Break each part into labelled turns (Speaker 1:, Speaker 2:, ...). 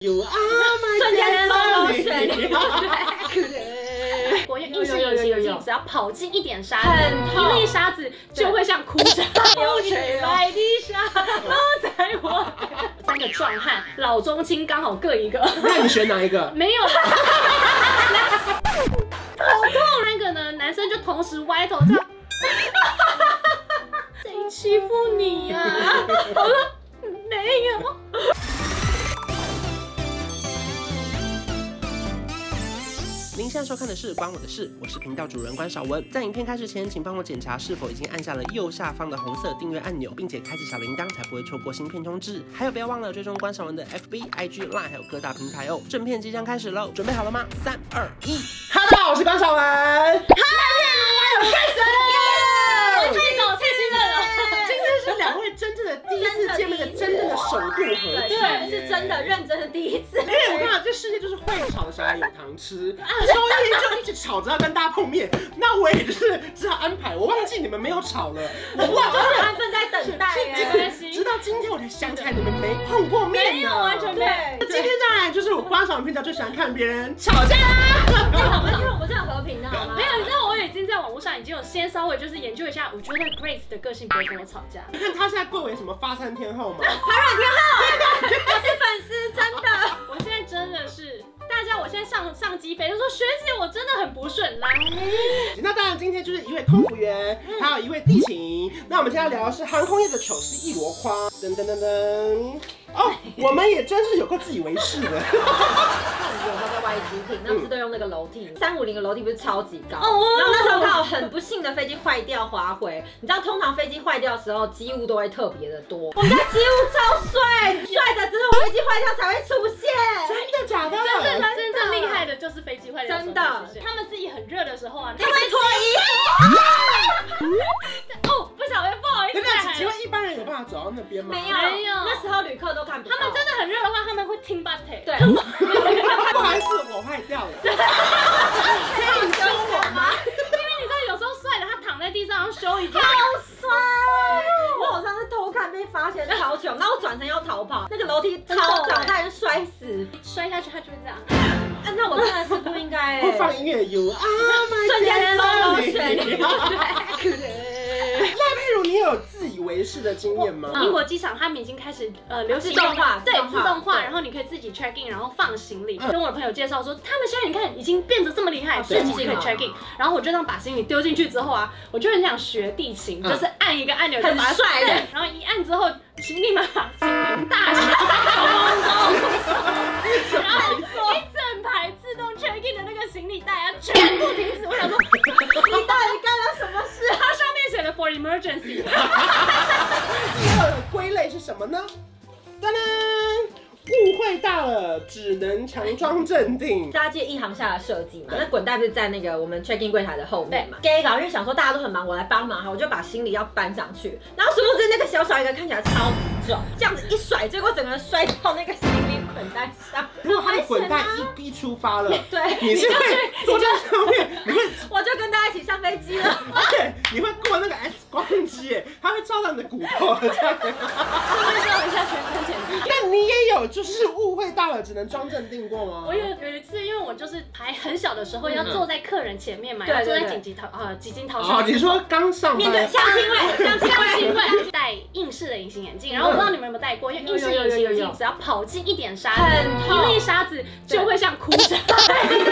Speaker 1: You are my
Speaker 2: 瞬间松口
Speaker 1: destiny
Speaker 2: 水流
Speaker 1: 对
Speaker 2: 国乐
Speaker 1: 有
Speaker 2: 意识
Speaker 1: 有有
Speaker 2: 引
Speaker 1: 有
Speaker 2: 形
Speaker 1: 有
Speaker 2: 镜，只要跑进一点沙
Speaker 3: 很
Speaker 2: 子，
Speaker 3: 痛
Speaker 2: 一粒沙子就会像哭 声流
Speaker 1: 口水
Speaker 2: 水
Speaker 1: 流
Speaker 2: 来地沙落在我。三个壮汉，老中青刚好各 一个，
Speaker 1: 那你选哪一个？
Speaker 2: 没有。好痛！那个呢，男生就同时歪头 这样，谁欺负你呀、我说没 有。
Speaker 1: 您现在收看的是《关我的事》，我是频道主人关少文。在影片开始前，请帮我检查是否已经按下了右下方的红色订阅按钮，并且开启小铃铛，才不会错过新片通知。还有，不要忘了追踪关少文的 FB、IG、Line，还有各大平台哦。正片即将开始喽，准备好了吗？三、二、一哈喽，我是关少文。
Speaker 2: 太早太兴奋了，
Speaker 1: 今天是两位真正的第一次见面的真正的首度合体，
Speaker 3: 对，是真的，。认真的第一 次。
Speaker 1: 因为哎我跟你讲，这世界就是会吵小孩有糖吃，邱毅就一直吵着要跟大家碰面， 那我也就是只好安排。我忘记你们没有吵了，我忘
Speaker 3: 就
Speaker 1: 了。
Speaker 3: 是安分在等待
Speaker 2: 没
Speaker 3: 哎，
Speaker 2: 关系
Speaker 1: 直。到今天我才想起来你们没碰过面呢，
Speaker 2: 没有完全没有
Speaker 3: 对
Speaker 1: 那，今天当然就是我观赏频道最喜欢看别人吵架，
Speaker 3: 但我们因为我们是很和平的，好吗？
Speaker 2: 没有，你知道我已经在网络上已经有先稍微就是研究一下，我觉得 Grace 的个性不会跟我吵架。
Speaker 1: 你看他现在贵为什么发餐天后嘛？
Speaker 3: 我是粉丝，真的。
Speaker 2: 我现在真的是，大家我现在上上机飞，就说学姐我真的很不顺，来，
Speaker 1: 那当然，今天就是一位空服员，还啊有一位地勤。那我们今天要聊的是航空业的糗事一箩筐，噔噔噔噔。 哦，我们也真是有够自以为是的。
Speaker 3: 我们在 YG 厅，那不是都用那个楼梯？三五零的楼梯不是超级高？
Speaker 2: 哦
Speaker 3: 然后那时候刚好很不幸的飞机坏掉滑回，你知道通常飞机坏掉的时候机务都会特别的多，我们家机务超 帅，帅的只有飞机坏掉才会出现。
Speaker 1: 真的假的？
Speaker 2: 真正真正厉害的就是飞机坏掉，
Speaker 3: 真的
Speaker 2: 他们自己很热的时候啊，
Speaker 3: 他会脱衣
Speaker 2: 哦，不小心不好意思
Speaker 1: 等
Speaker 2: 太
Speaker 1: 等，
Speaker 2: 嗨
Speaker 1: 请
Speaker 2: 了，
Speaker 1: 问一般人有办法走到那边
Speaker 3: 服，
Speaker 1: 吗？
Speaker 3: 没有，
Speaker 2: 没有
Speaker 3: 那时候旅客都看不到。
Speaker 2: 他们真的很热的话，他们会听 b u t t
Speaker 3: 对，
Speaker 1: 不好意思，我坏掉了。
Speaker 3: 可以教我吗？
Speaker 2: 因为你知道有时候帅的他躺在地上要休一下，
Speaker 3: 好哦帅！我好像是偷看被发现超糗，然后我转身要逃跑，那个楼梯超高，差点摔死。
Speaker 2: 摔下去他就会这样。
Speaker 3: 啊那我真的是不应 该、
Speaker 1: 会
Speaker 3: 欸。
Speaker 1: 放音乐有啊，
Speaker 3: 瞬间松口水
Speaker 1: 那譬如你有自以为是的经验吗？
Speaker 2: 英国机场他们已经开始呃流行
Speaker 3: 自动化
Speaker 2: 嗯对
Speaker 3: 自动化
Speaker 2: 自动化，
Speaker 3: 对
Speaker 2: 然后你可以自己 check in，然后放行李。
Speaker 1: 嗯
Speaker 2: 跟我的朋友介绍说，他们现在你看已经变得这么厉害，
Speaker 3: 哦
Speaker 2: 自己可
Speaker 3: 对
Speaker 2: 以 check in。然后我就这样把行李丢进去之后啊，我就很想学地勤，
Speaker 1: 嗯
Speaker 2: 就是按一个按钮就
Speaker 3: 很
Speaker 2: 把它
Speaker 3: 帅的
Speaker 2: 对然后一按之后，请立马把行李大 小空中，然后一整排自动 check in 的那个行李袋啊，全部停止。我想说，
Speaker 3: 你到底干了什么事？
Speaker 2: 它上面写的 for emergency。
Speaker 1: 第二个归类是什么呢？噔噔，误会大了，只能强装镇定。
Speaker 3: 大家记得一行下的设计嘛？那滚蛋不是在那个我们 check in 柜台的后面嘛？gay 搞，因为想说大家都很忙，我来帮忙哈，我就把行李要搬上去，然后殊不知那个小小一个看起来超级重，这样子一甩，结果整个人摔到那个行李滚蛋上。
Speaker 1: 如果他的滚蛋一逼出发 了，
Speaker 3: 对，
Speaker 1: 你是会坐在上面，你会
Speaker 3: 我就跟大家一起上飞机了。
Speaker 1: 而且你会过那个 X 光机耶，它会照到你的骨头 这样。
Speaker 2: 照一下全身检查。
Speaker 1: 但你也有就是误会大了，只能装镇定过吗？
Speaker 2: 我有有一次，因为我就是还很小的时候，要坐在客人前面嘛，
Speaker 3: 对
Speaker 2: 要坐在
Speaker 3: 对对
Speaker 2: 紧急逃啊紧急逃
Speaker 1: 哦，
Speaker 2: 生。
Speaker 1: 你说刚上
Speaker 3: 面对
Speaker 1: 班，
Speaker 3: 相亲位，相亲
Speaker 2: 相
Speaker 3: 位
Speaker 2: 亲。会戴硬式的隐形眼镜，然后我不知道你们有没有戴过，因为硬式
Speaker 3: 有
Speaker 2: 隐
Speaker 3: 有有
Speaker 2: 形眼
Speaker 3: 有
Speaker 2: 镜
Speaker 3: 有
Speaker 2: 只要跑进一点沙
Speaker 3: 很
Speaker 2: 子，
Speaker 3: 痛
Speaker 2: 一粒沙子就会像哭声，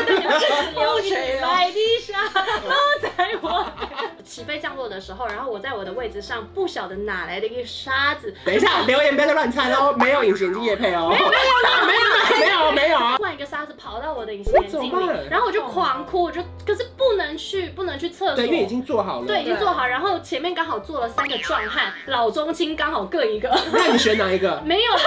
Speaker 3: 流
Speaker 1: 水
Speaker 3: 水
Speaker 1: 了
Speaker 3: 来地上，
Speaker 2: 在我起飞降落的时候，然后我在我的位置上不晓得哪来的一个沙子，
Speaker 1: 等一下留言不要再乱猜哦，没有隐形眼镜也配哦，没有没有没有没有没有啊！
Speaker 2: 突然一个沙子跑到我的隐形眼镜
Speaker 1: 那怎么
Speaker 2: 里
Speaker 1: 办，
Speaker 2: 然后我就狂哭，我就可是不能去不能去厕所，
Speaker 1: 对，因为已经做好了。
Speaker 2: 对，已经做好，然后前面刚好坐了三个壮汉，老中青刚好 各一个，
Speaker 1: 那你选哪一个？
Speaker 2: 没有啦。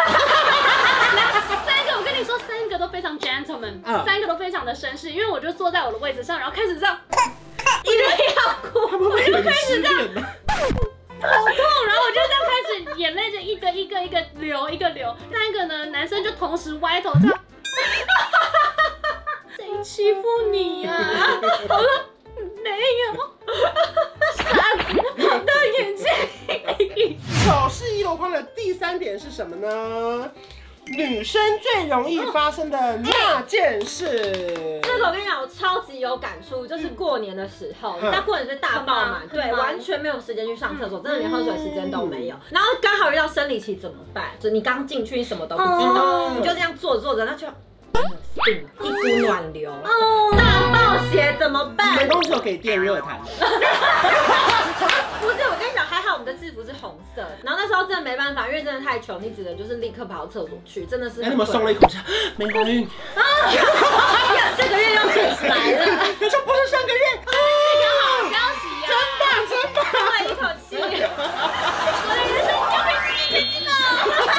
Speaker 2: 三个，我跟你说，三个都非常 gentleman，、
Speaker 1: 嗯
Speaker 2: 三个都非常的绅士，因为我就坐在我的位置上，然后开始这样，
Speaker 3: 一定要哭。
Speaker 1: 他们会很失恋呢。
Speaker 2: 然后我就这样开始眼泪就一个一个一个流，一个流。三个呢，男生就同时歪头这样， 谁欺负你 呀、我说嗯没有， 傻子，我的眼睛里。
Speaker 1: 糗事一箩筐的第三点是什么呢？
Speaker 4: 女生最容易发生的那件事。
Speaker 3: 这个我跟你讲，我超级有感触，就是过年的时候，你知道过年是大爆
Speaker 2: 很
Speaker 3: 满，
Speaker 2: 忙很
Speaker 3: 对，
Speaker 2: 忙
Speaker 3: 完全没有时间去上厕所，真的连喝水时间都没有。然后刚好遇到生理期怎么办？就你刚进去，你什么都不知道，
Speaker 4: 嗯
Speaker 3: 你就这样坐着坐着，那就嗯一股暖流，
Speaker 2: 哦，
Speaker 3: 大爆血怎么
Speaker 4: 没
Speaker 3: 办？
Speaker 4: 东西有给电热毯，
Speaker 3: 不是，我跟你讲，还好我们的制服是红色。然后那时候真的没办法，因为真的太穷，你只能就是立刻跑到厕所去，真的是。
Speaker 4: 哎，你们松了一口气，没怀孕，
Speaker 3: 哎呀，这个月又捡起来了，
Speaker 4: 这不是上个月，哎
Speaker 2: 好消息呀！
Speaker 3: 松了一口气。
Speaker 2: 我的人生就被激了。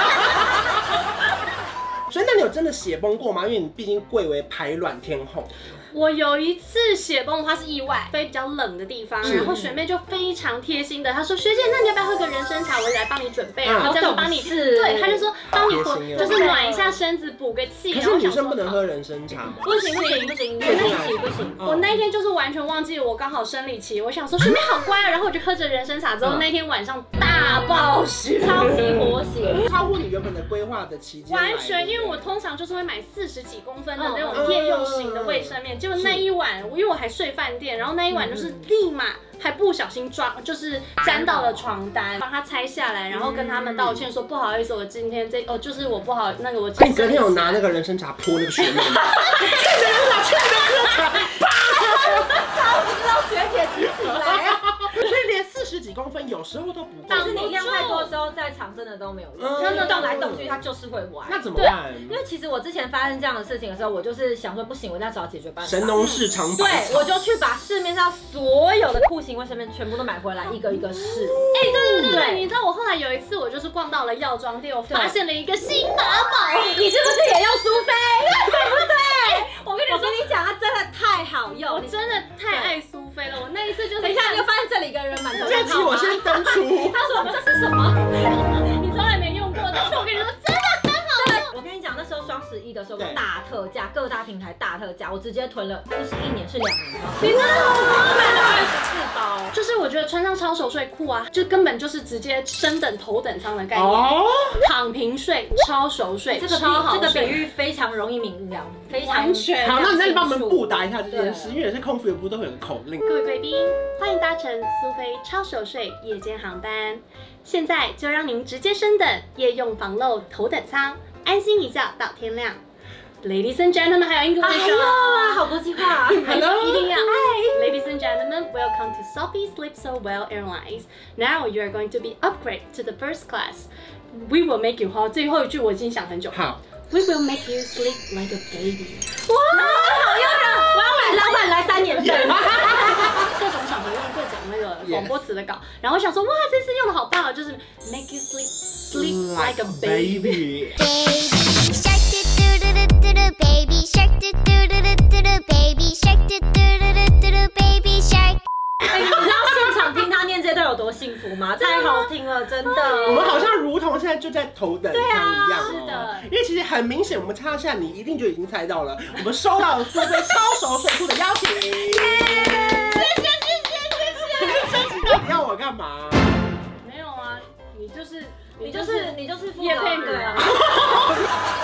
Speaker 4: 所以那你有真的血崩过吗？因为你毕竟贵为排卵天后，
Speaker 2: 我有一次血崩，它是意外，飞比较冷的地方，
Speaker 4: 是
Speaker 2: 然后学妹就非常贴心的，她说学姐，那你要不要喝个人参茶？我来帮你准备，
Speaker 4: 嗯
Speaker 2: 然后这样帮你，
Speaker 3: 好懂事
Speaker 2: 对，她就说帮你
Speaker 4: 好
Speaker 2: 活
Speaker 4: 贴心，哦
Speaker 2: 就是暖一下身子，补个气。
Speaker 4: 可
Speaker 2: 然后
Speaker 4: 是
Speaker 2: 我想
Speaker 4: 女生
Speaker 2: 说
Speaker 4: 不能。喝人参茶吗？
Speaker 3: 不行不行不行，不行不行。
Speaker 2: 我那一天就是完全忘记我刚好生理期，我想说学妹好乖 啊，然后我就喝着人参茶之后，
Speaker 4: 嗯
Speaker 2: 那天晚上大暴血，
Speaker 3: 超级活血，
Speaker 4: 超过你原本的规划的期间来的，
Speaker 2: 完全，因为我通常就是会买四十几公分的
Speaker 4: 嗯
Speaker 2: 那种夜用型的卫生棉，结果那一晚，因为我还睡饭店，然后那一晚就是
Speaker 4: 嗯
Speaker 2: 立马还不小心抓，就是沾到了床单，帮他拆下来，
Speaker 4: 嗯
Speaker 2: 然后跟他们道歉说不好意思，我今天这哦就是我不好那个我今
Speaker 4: 哎，你隔天有拿那个人参茶泼那个血吗？
Speaker 3: 不知道学姐提起来啊。
Speaker 4: 所以连四十几公分有时候都不够
Speaker 3: 但，是你量太多之后，在场真的都没有用，真的动来动去，它就是会歪。
Speaker 4: 嗯那怎么办？
Speaker 3: 因为其实我之前发生这样的事情的时候，我就是想说不行，我一定要找解决办法。
Speaker 4: 神农氏尝
Speaker 3: 对
Speaker 4: 百，草
Speaker 3: 我，就去把市面上所有的酷刑卫生棉全部都买回来，一个一个试。
Speaker 4: 嗯
Speaker 2: 哎对对对对，你知道我后来有一次我就是逛到了药妆店，我发现了一个新法宝，
Speaker 3: 哎你是不是也用苏菲？对不对？我跟你说，我跟你讲，它真的太好
Speaker 2: 我
Speaker 3: 用。你
Speaker 2: 真的太爱苏菲了，我那一次就是
Speaker 3: 等一下，你就发现这里一个人满头
Speaker 4: 这
Speaker 3: 问
Speaker 4: 期
Speaker 3: 号
Speaker 4: 我
Speaker 3: 吗？
Speaker 4: 先登出。
Speaker 3: 他说这是什么？
Speaker 2: 你从来没用过，但是我跟你说真的很好。
Speaker 3: 我跟你讲，那时候双十一的时候
Speaker 4: 对
Speaker 3: 大特价，各大平台大特价，我直接囤了，不是一年是两年哦，
Speaker 2: 你知道吗？
Speaker 3: 买了二十四包。
Speaker 2: 就是我觉得穿上超手睡裤啊，就根本就是直接升等头等舱的概念，
Speaker 4: 哦，
Speaker 2: 躺平睡、超熟睡，
Speaker 3: 这个比
Speaker 2: 哎超好
Speaker 3: 这个比
Speaker 2: 睡，
Speaker 3: 喻非常容易明了，非常
Speaker 2: 完。全
Speaker 4: 好，那你那你帮我们
Speaker 3: 清楚
Speaker 4: 布达一下这件事，因
Speaker 3: 对
Speaker 4: 为有些空服员不是都会有个口令，
Speaker 2: 各位贵宾，欢迎搭乘苏菲超熟睡夜间航班，现在就让您直接升等夜用防漏头等舱，安心一觉到天亮。Ladies and gentlemen，还有英国啊
Speaker 3: 哎
Speaker 2: 的时候。
Speaker 3: 呀，啊好国际 化。
Speaker 2: 一定要。Ladies and gentlemen, welcome to Sophie Sleep So Well Airlines. Now you are going to be upgraded to the first class. We will make you 好，最后一句我已经想很久。
Speaker 4: 好，
Speaker 2: We will make you sleep like a baby.
Speaker 3: 哇，好用啊！我要买老板来三 年份。
Speaker 2: 各种场合用各种那个广播词的稿，然后想说哇，这次用的好棒哦，就是 make you sleep sleep like a baby。
Speaker 4: baby。
Speaker 5: Baby shark doo doo doo doo doo baby shark doo doo doo doo doo doo baby shark doo doo doo doo doo doo baby shark
Speaker 3: 哎，你知道现场听他念这段有多幸福 吗？
Speaker 2: 啊
Speaker 3: 太好听了，真
Speaker 4: 我们
Speaker 3: 的。
Speaker 4: 好像如同现在就在头等舱一样、哦
Speaker 2: 对啊是的
Speaker 4: 因为其实很明显，我们插下你一定就已经猜到了，我们收到了苏菲超熟水库的邀请。谢谢谢谢谢谢。你到底要我干嘛？
Speaker 2: 没有啊，你就是
Speaker 3: 你就是你就是负责
Speaker 2: 叶佩女
Speaker 3: 对啊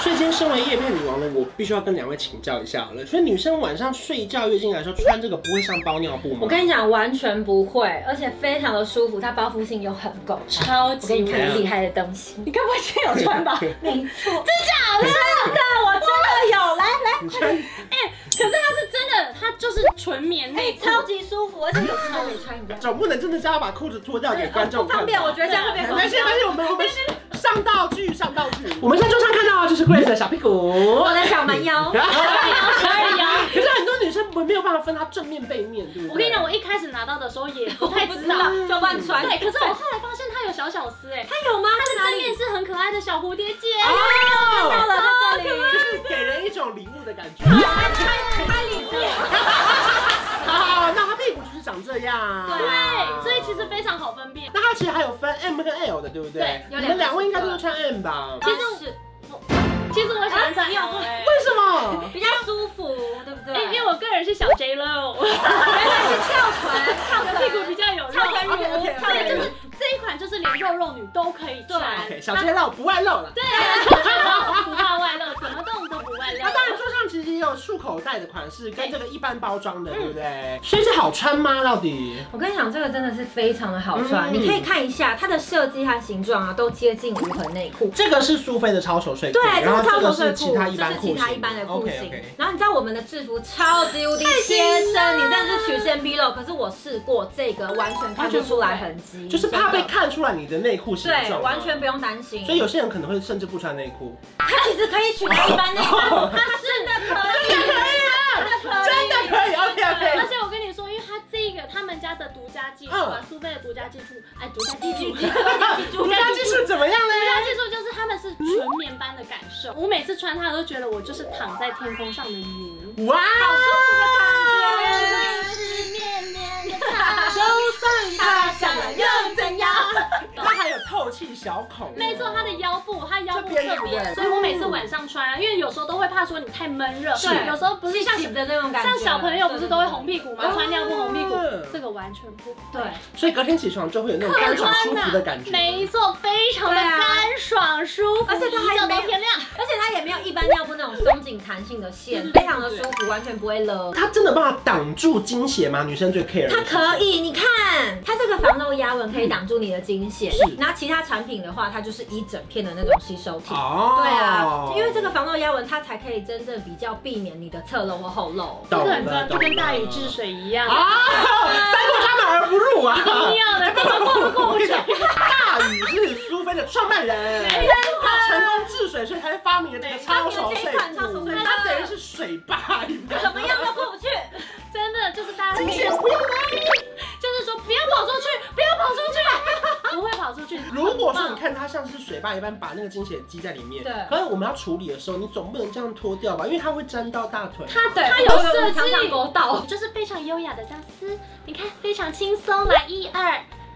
Speaker 4: 所以今天身为叶片女王呢，我必须要跟两位请教一下了。所以女生晚上睡觉月经来的时候穿这个不会像包尿布吗？
Speaker 3: 我跟你讲，完全不会，而且非常的舒服，它包覆性又很够。
Speaker 2: 超
Speaker 3: 我给
Speaker 2: 级
Speaker 3: 你看厉害的东西，
Speaker 2: 你该不会今天有穿吧？
Speaker 3: 没错，真假的？真的，我真的有，来来，
Speaker 4: 你穿
Speaker 2: 哎、可是它是真的，它就是纯棉内
Speaker 3: 哎，
Speaker 2: 裤，
Speaker 3: 超级舒服，而且有时候你穿一样。
Speaker 4: 总不能真的是要把裤子脱掉给观众
Speaker 3: 不
Speaker 4: 看吧。
Speaker 3: 方便，我觉得这样会被
Speaker 4: 没事没事，我们我们上 道具上道具。我们现在桌上看到的就是 Grace 的小屁股。
Speaker 3: 我的小蛮腰。
Speaker 2: 哎可以啊。
Speaker 4: 可是很多女生没有办法分它正面背面，对不对？
Speaker 2: 我跟你讲，我一开始拿到的时候也不太知道，
Speaker 3: 就乱穿。
Speaker 2: 对，哎可是我后来发现它有小小丝，哎，
Speaker 3: 它有吗？它
Speaker 2: 正面是很可爱的小蝴蝶结，
Speaker 4: 哦，
Speaker 3: 到了，在这里。
Speaker 4: 就是 给人一种礼物的感觉。
Speaker 3: 它里面。
Speaker 4: 好，那她屁股就是长这样。
Speaker 2: 对，所以其实非常好分辨。
Speaker 4: 那它其实还有分 M 跟 L 的，对不对
Speaker 2: 对？
Speaker 3: 有两
Speaker 4: 你
Speaker 3: 个
Speaker 4: 们两位应该都是穿 M 吧？
Speaker 3: 其实
Speaker 2: 其实我喜欢穿 L，哎
Speaker 4: 为什么？
Speaker 3: 比较舒服，对不对？
Speaker 2: 哎，因为
Speaker 3: 我
Speaker 2: 我个人是小 J 喽，
Speaker 3: 原来是翘臀，翘臀
Speaker 2: 屁股比较有肉，
Speaker 3: 翘臀
Speaker 2: 对，
Speaker 3: 乳，
Speaker 2: 就是这一款就就是连肉肉女都可以穿。
Speaker 4: OK，小鲜肉不外露了。
Speaker 2: 对，啊我觉得不怕外露，怎么动都不外露
Speaker 4: 那。当然，桌上其实也有束口袋的款式，跟这个一般包装
Speaker 3: 嗯
Speaker 4: 的，对不对？所以是好穿吗？到底？
Speaker 3: 我跟你讲，这个真的是非常的好穿，
Speaker 4: 嗯
Speaker 3: 你可以看一下它的设计和形状啊，都接近无痕内裤。
Speaker 4: 这个是苏菲的超手睡裤，
Speaker 3: 对，这
Speaker 4: 然后
Speaker 3: 个超
Speaker 4: 这
Speaker 3: 薄
Speaker 4: 个
Speaker 3: 睡
Speaker 4: 是
Speaker 3: 裤，
Speaker 4: 其他一般
Speaker 3: 这
Speaker 4: 裤
Speaker 3: 是其
Speaker 4: 型，
Speaker 3: 他一般的裤
Speaker 4: OK
Speaker 3: 型
Speaker 4: OK。。
Speaker 3: 然后你知道我们的制服超级无敌贴身，你真的是曲线毕露。可是我试过这个，完全看不出来痕迹，
Speaker 4: 就是怕被
Speaker 3: 嗯真的。
Speaker 4: 看出来你的内裤形状
Speaker 3: 对，
Speaker 4: 啊，
Speaker 3: 完全不用担心。
Speaker 4: 所以有些人可能会甚至不穿内裤，
Speaker 3: 它其实可以取代一般内裤，
Speaker 4: 哦
Speaker 3: 它真的可以，真的可以。
Speaker 4: 啊真的可以，OK
Speaker 2: 而
Speaker 4: OK。
Speaker 2: 且我跟你说，因为他这个他们家的独家技术
Speaker 4: 嗯
Speaker 2: 啊，苏菲的独家技术，哎，独家技术，独家技术，
Speaker 4: 独家技术怎么样呢？
Speaker 2: 独家技术就是他们是纯棉般的感受。我每次穿它都觉得我就是躺在天空上的云。
Speaker 4: 哇，好舒
Speaker 5: 是绵绵的 草。
Speaker 4: 哎就算它
Speaker 3: 想了啊又怎样？
Speaker 4: 它还有透气小孔，
Speaker 2: 没错，它的腰部，它腰部
Speaker 4: 这边
Speaker 2: 特
Speaker 4: 对不对
Speaker 2: 别，所以我每次晚上穿啊，因为有时候都会怕说你太闷热，
Speaker 4: 嗯是
Speaker 2: 有时候不是像
Speaker 3: 紧的那种感觉，
Speaker 2: 像小朋友不是都会红屁股
Speaker 4: 对
Speaker 2: 吗？穿尿布红屁股
Speaker 4: 嗯，
Speaker 2: 这个完全不对。
Speaker 4: 所以隔天起床就会有那种干爽舒服的感觉。
Speaker 2: 没错，非常的
Speaker 3: 对啊
Speaker 2: 干爽舒服，
Speaker 3: 而且它还
Speaker 2: 一觉
Speaker 3: 没
Speaker 2: 到
Speaker 3: 有
Speaker 2: 天亮。
Speaker 3: 而且它也没有一般尿布那种松紧弹性的线，非常的舒服，完全不会勒。
Speaker 4: 它真的有办法挡住经血吗？女生最 care 的
Speaker 3: 它
Speaker 4: 是什么
Speaker 3: 可以，你看，它这个防漏压纹可以挡住你的经血
Speaker 4: 是。
Speaker 3: 然后其他产品的话，它就是一整片的那种吸收体。
Speaker 4: 哦，
Speaker 3: 对啊，因为这个防漏压纹，它才可以真正比较避免你的侧漏或后漏。
Speaker 2: 这
Speaker 4: 懂
Speaker 2: 个
Speaker 4: 了
Speaker 2: 很重要，就跟大禹治水一样， 一
Speaker 4: 啊，三过他们而不入啊！
Speaker 2: 定要的，怎么过不过
Speaker 4: 我
Speaker 2: 不
Speaker 4: 跟
Speaker 2: 去
Speaker 4: 你？讲，大禹是苏菲的创办人，他成功治水，所以才会发明了这个超熟
Speaker 3: 对
Speaker 4: 水
Speaker 3: 他有这一款超熟
Speaker 4: 裤
Speaker 3: 睡，裤
Speaker 4: 他等于是水坝一般。
Speaker 3: 怎么样都过不去。
Speaker 2: 真的就是大家可
Speaker 4: 经
Speaker 2: 以，
Speaker 4: 血不要来！
Speaker 2: 就是说不要跑出去，不要跑出去，不会跑出去。
Speaker 4: 如果说你
Speaker 2: 很棒
Speaker 4: 看它像是水坝一般，把那个经血积在里面，
Speaker 3: 对
Speaker 4: 可是我们要处理的时候，你总不能这样脱掉吧？因为它会沾到大腿。
Speaker 2: 它
Speaker 3: 对
Speaker 2: 它有设
Speaker 3: 常常
Speaker 2: 计，
Speaker 3: 勾到
Speaker 2: 就是非常优雅的这样撕，你看非常轻松，来一二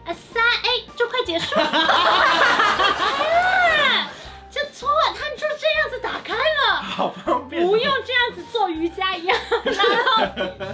Speaker 2: 呃三，哎，就快结 束了。 哎就搓完它就这样子打开了，
Speaker 4: 好方便哦，
Speaker 2: 不用这样子做瑜伽 一样，然后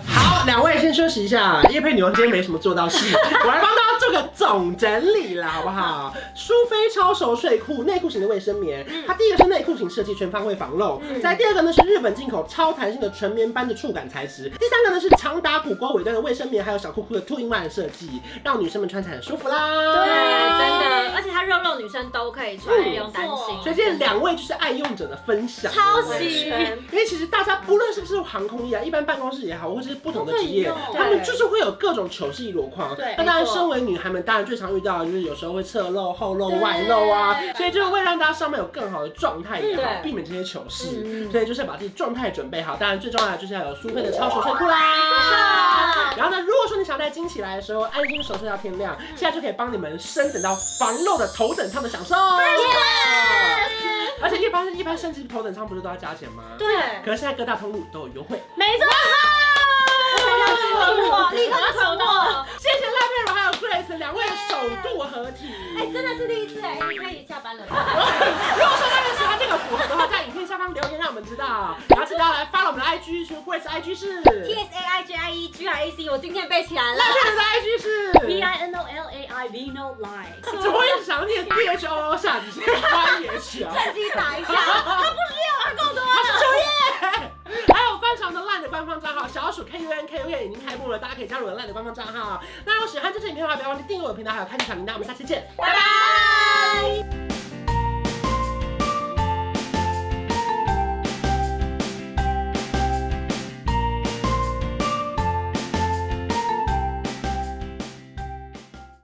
Speaker 4: 好，两位先休息一下。叶佩女王今天没什么做到戏，我来帮大家做个总整理啦，好不好？苏菲超熟睡裤内裤型的卫生棉，它第一个是内裤型设计全方位防漏，再第二个呢是日本进口超弹性的纯棉般的触感材质，第三个呢是长达骨沟尾端的卫生棉，还有小裤裤的 two in one 的设计，让女生们穿起来很舒服啦。
Speaker 3: 对，真的，而且它肉肉女生都可以穿，
Speaker 4: 嗯
Speaker 3: 不用担心。
Speaker 4: 所以今天两位就是爱用者的分享，
Speaker 3: 超
Speaker 4: 对
Speaker 3: 喜
Speaker 4: 因为其实大家不论是不是航空业啊，一般办公室也好，或者是不同的职业
Speaker 2: 都可以，用
Speaker 4: 他们就是会有各种糗事一箩筐。
Speaker 2: 对
Speaker 4: 那当然，
Speaker 3: 没错
Speaker 4: 身为女孩们，当然最常遇到的就是有时候会侧漏、后漏、外漏啊，所以就是为了让大家上班有更好的状态也好，
Speaker 3: 嗯对
Speaker 4: 避免这些糗事，
Speaker 3: 嗯
Speaker 4: 所以就是把自己状态准备好。当然，最重要的就是要有苏菲的超手睡裤啦。然后呢，如果说你想在惊喜来的时候安心手睡到天亮，现在就可以帮你们升等到防漏的头等舱的享受。而且一般一般升级头等舱不是都要加钱吗？
Speaker 3: 对，
Speaker 4: 可是现在各大通路都有优惠。
Speaker 2: 没错，
Speaker 3: 我立刻
Speaker 2: 手到了，
Speaker 4: 谢谢赖佩荣还有 Grace 两位首度合体。
Speaker 3: 哎，真的是第一次哎，可以下班了。
Speaker 4: 如果说大家喜欢这个组合的话，在影片下方留言让我们知道，然后记得要来 follow 我们的 IG，除了 Grace 的 IG 是
Speaker 3: T S A I J I E G R A C，我今天背起来了
Speaker 4: 赖。 佩荣的 IG
Speaker 2: V
Speaker 4: 是。
Speaker 2: I N O L A I V No Lie。
Speaker 4: 怎么会想念 D H O O 下底线 Y H 啊？
Speaker 3: 趁机打一下，他不是要二更多
Speaker 2: 啊
Speaker 3: 了。
Speaker 4: 九月，还有非常的烂的官方账号小鼠 K U N K U N 已经开幕了，大家可以加入我的烂的官方账号。那如果喜欢这支影片的话，不要忘记订阅我的频道，还有开启小铃铛。我们下期见。
Speaker 3: 拜拜。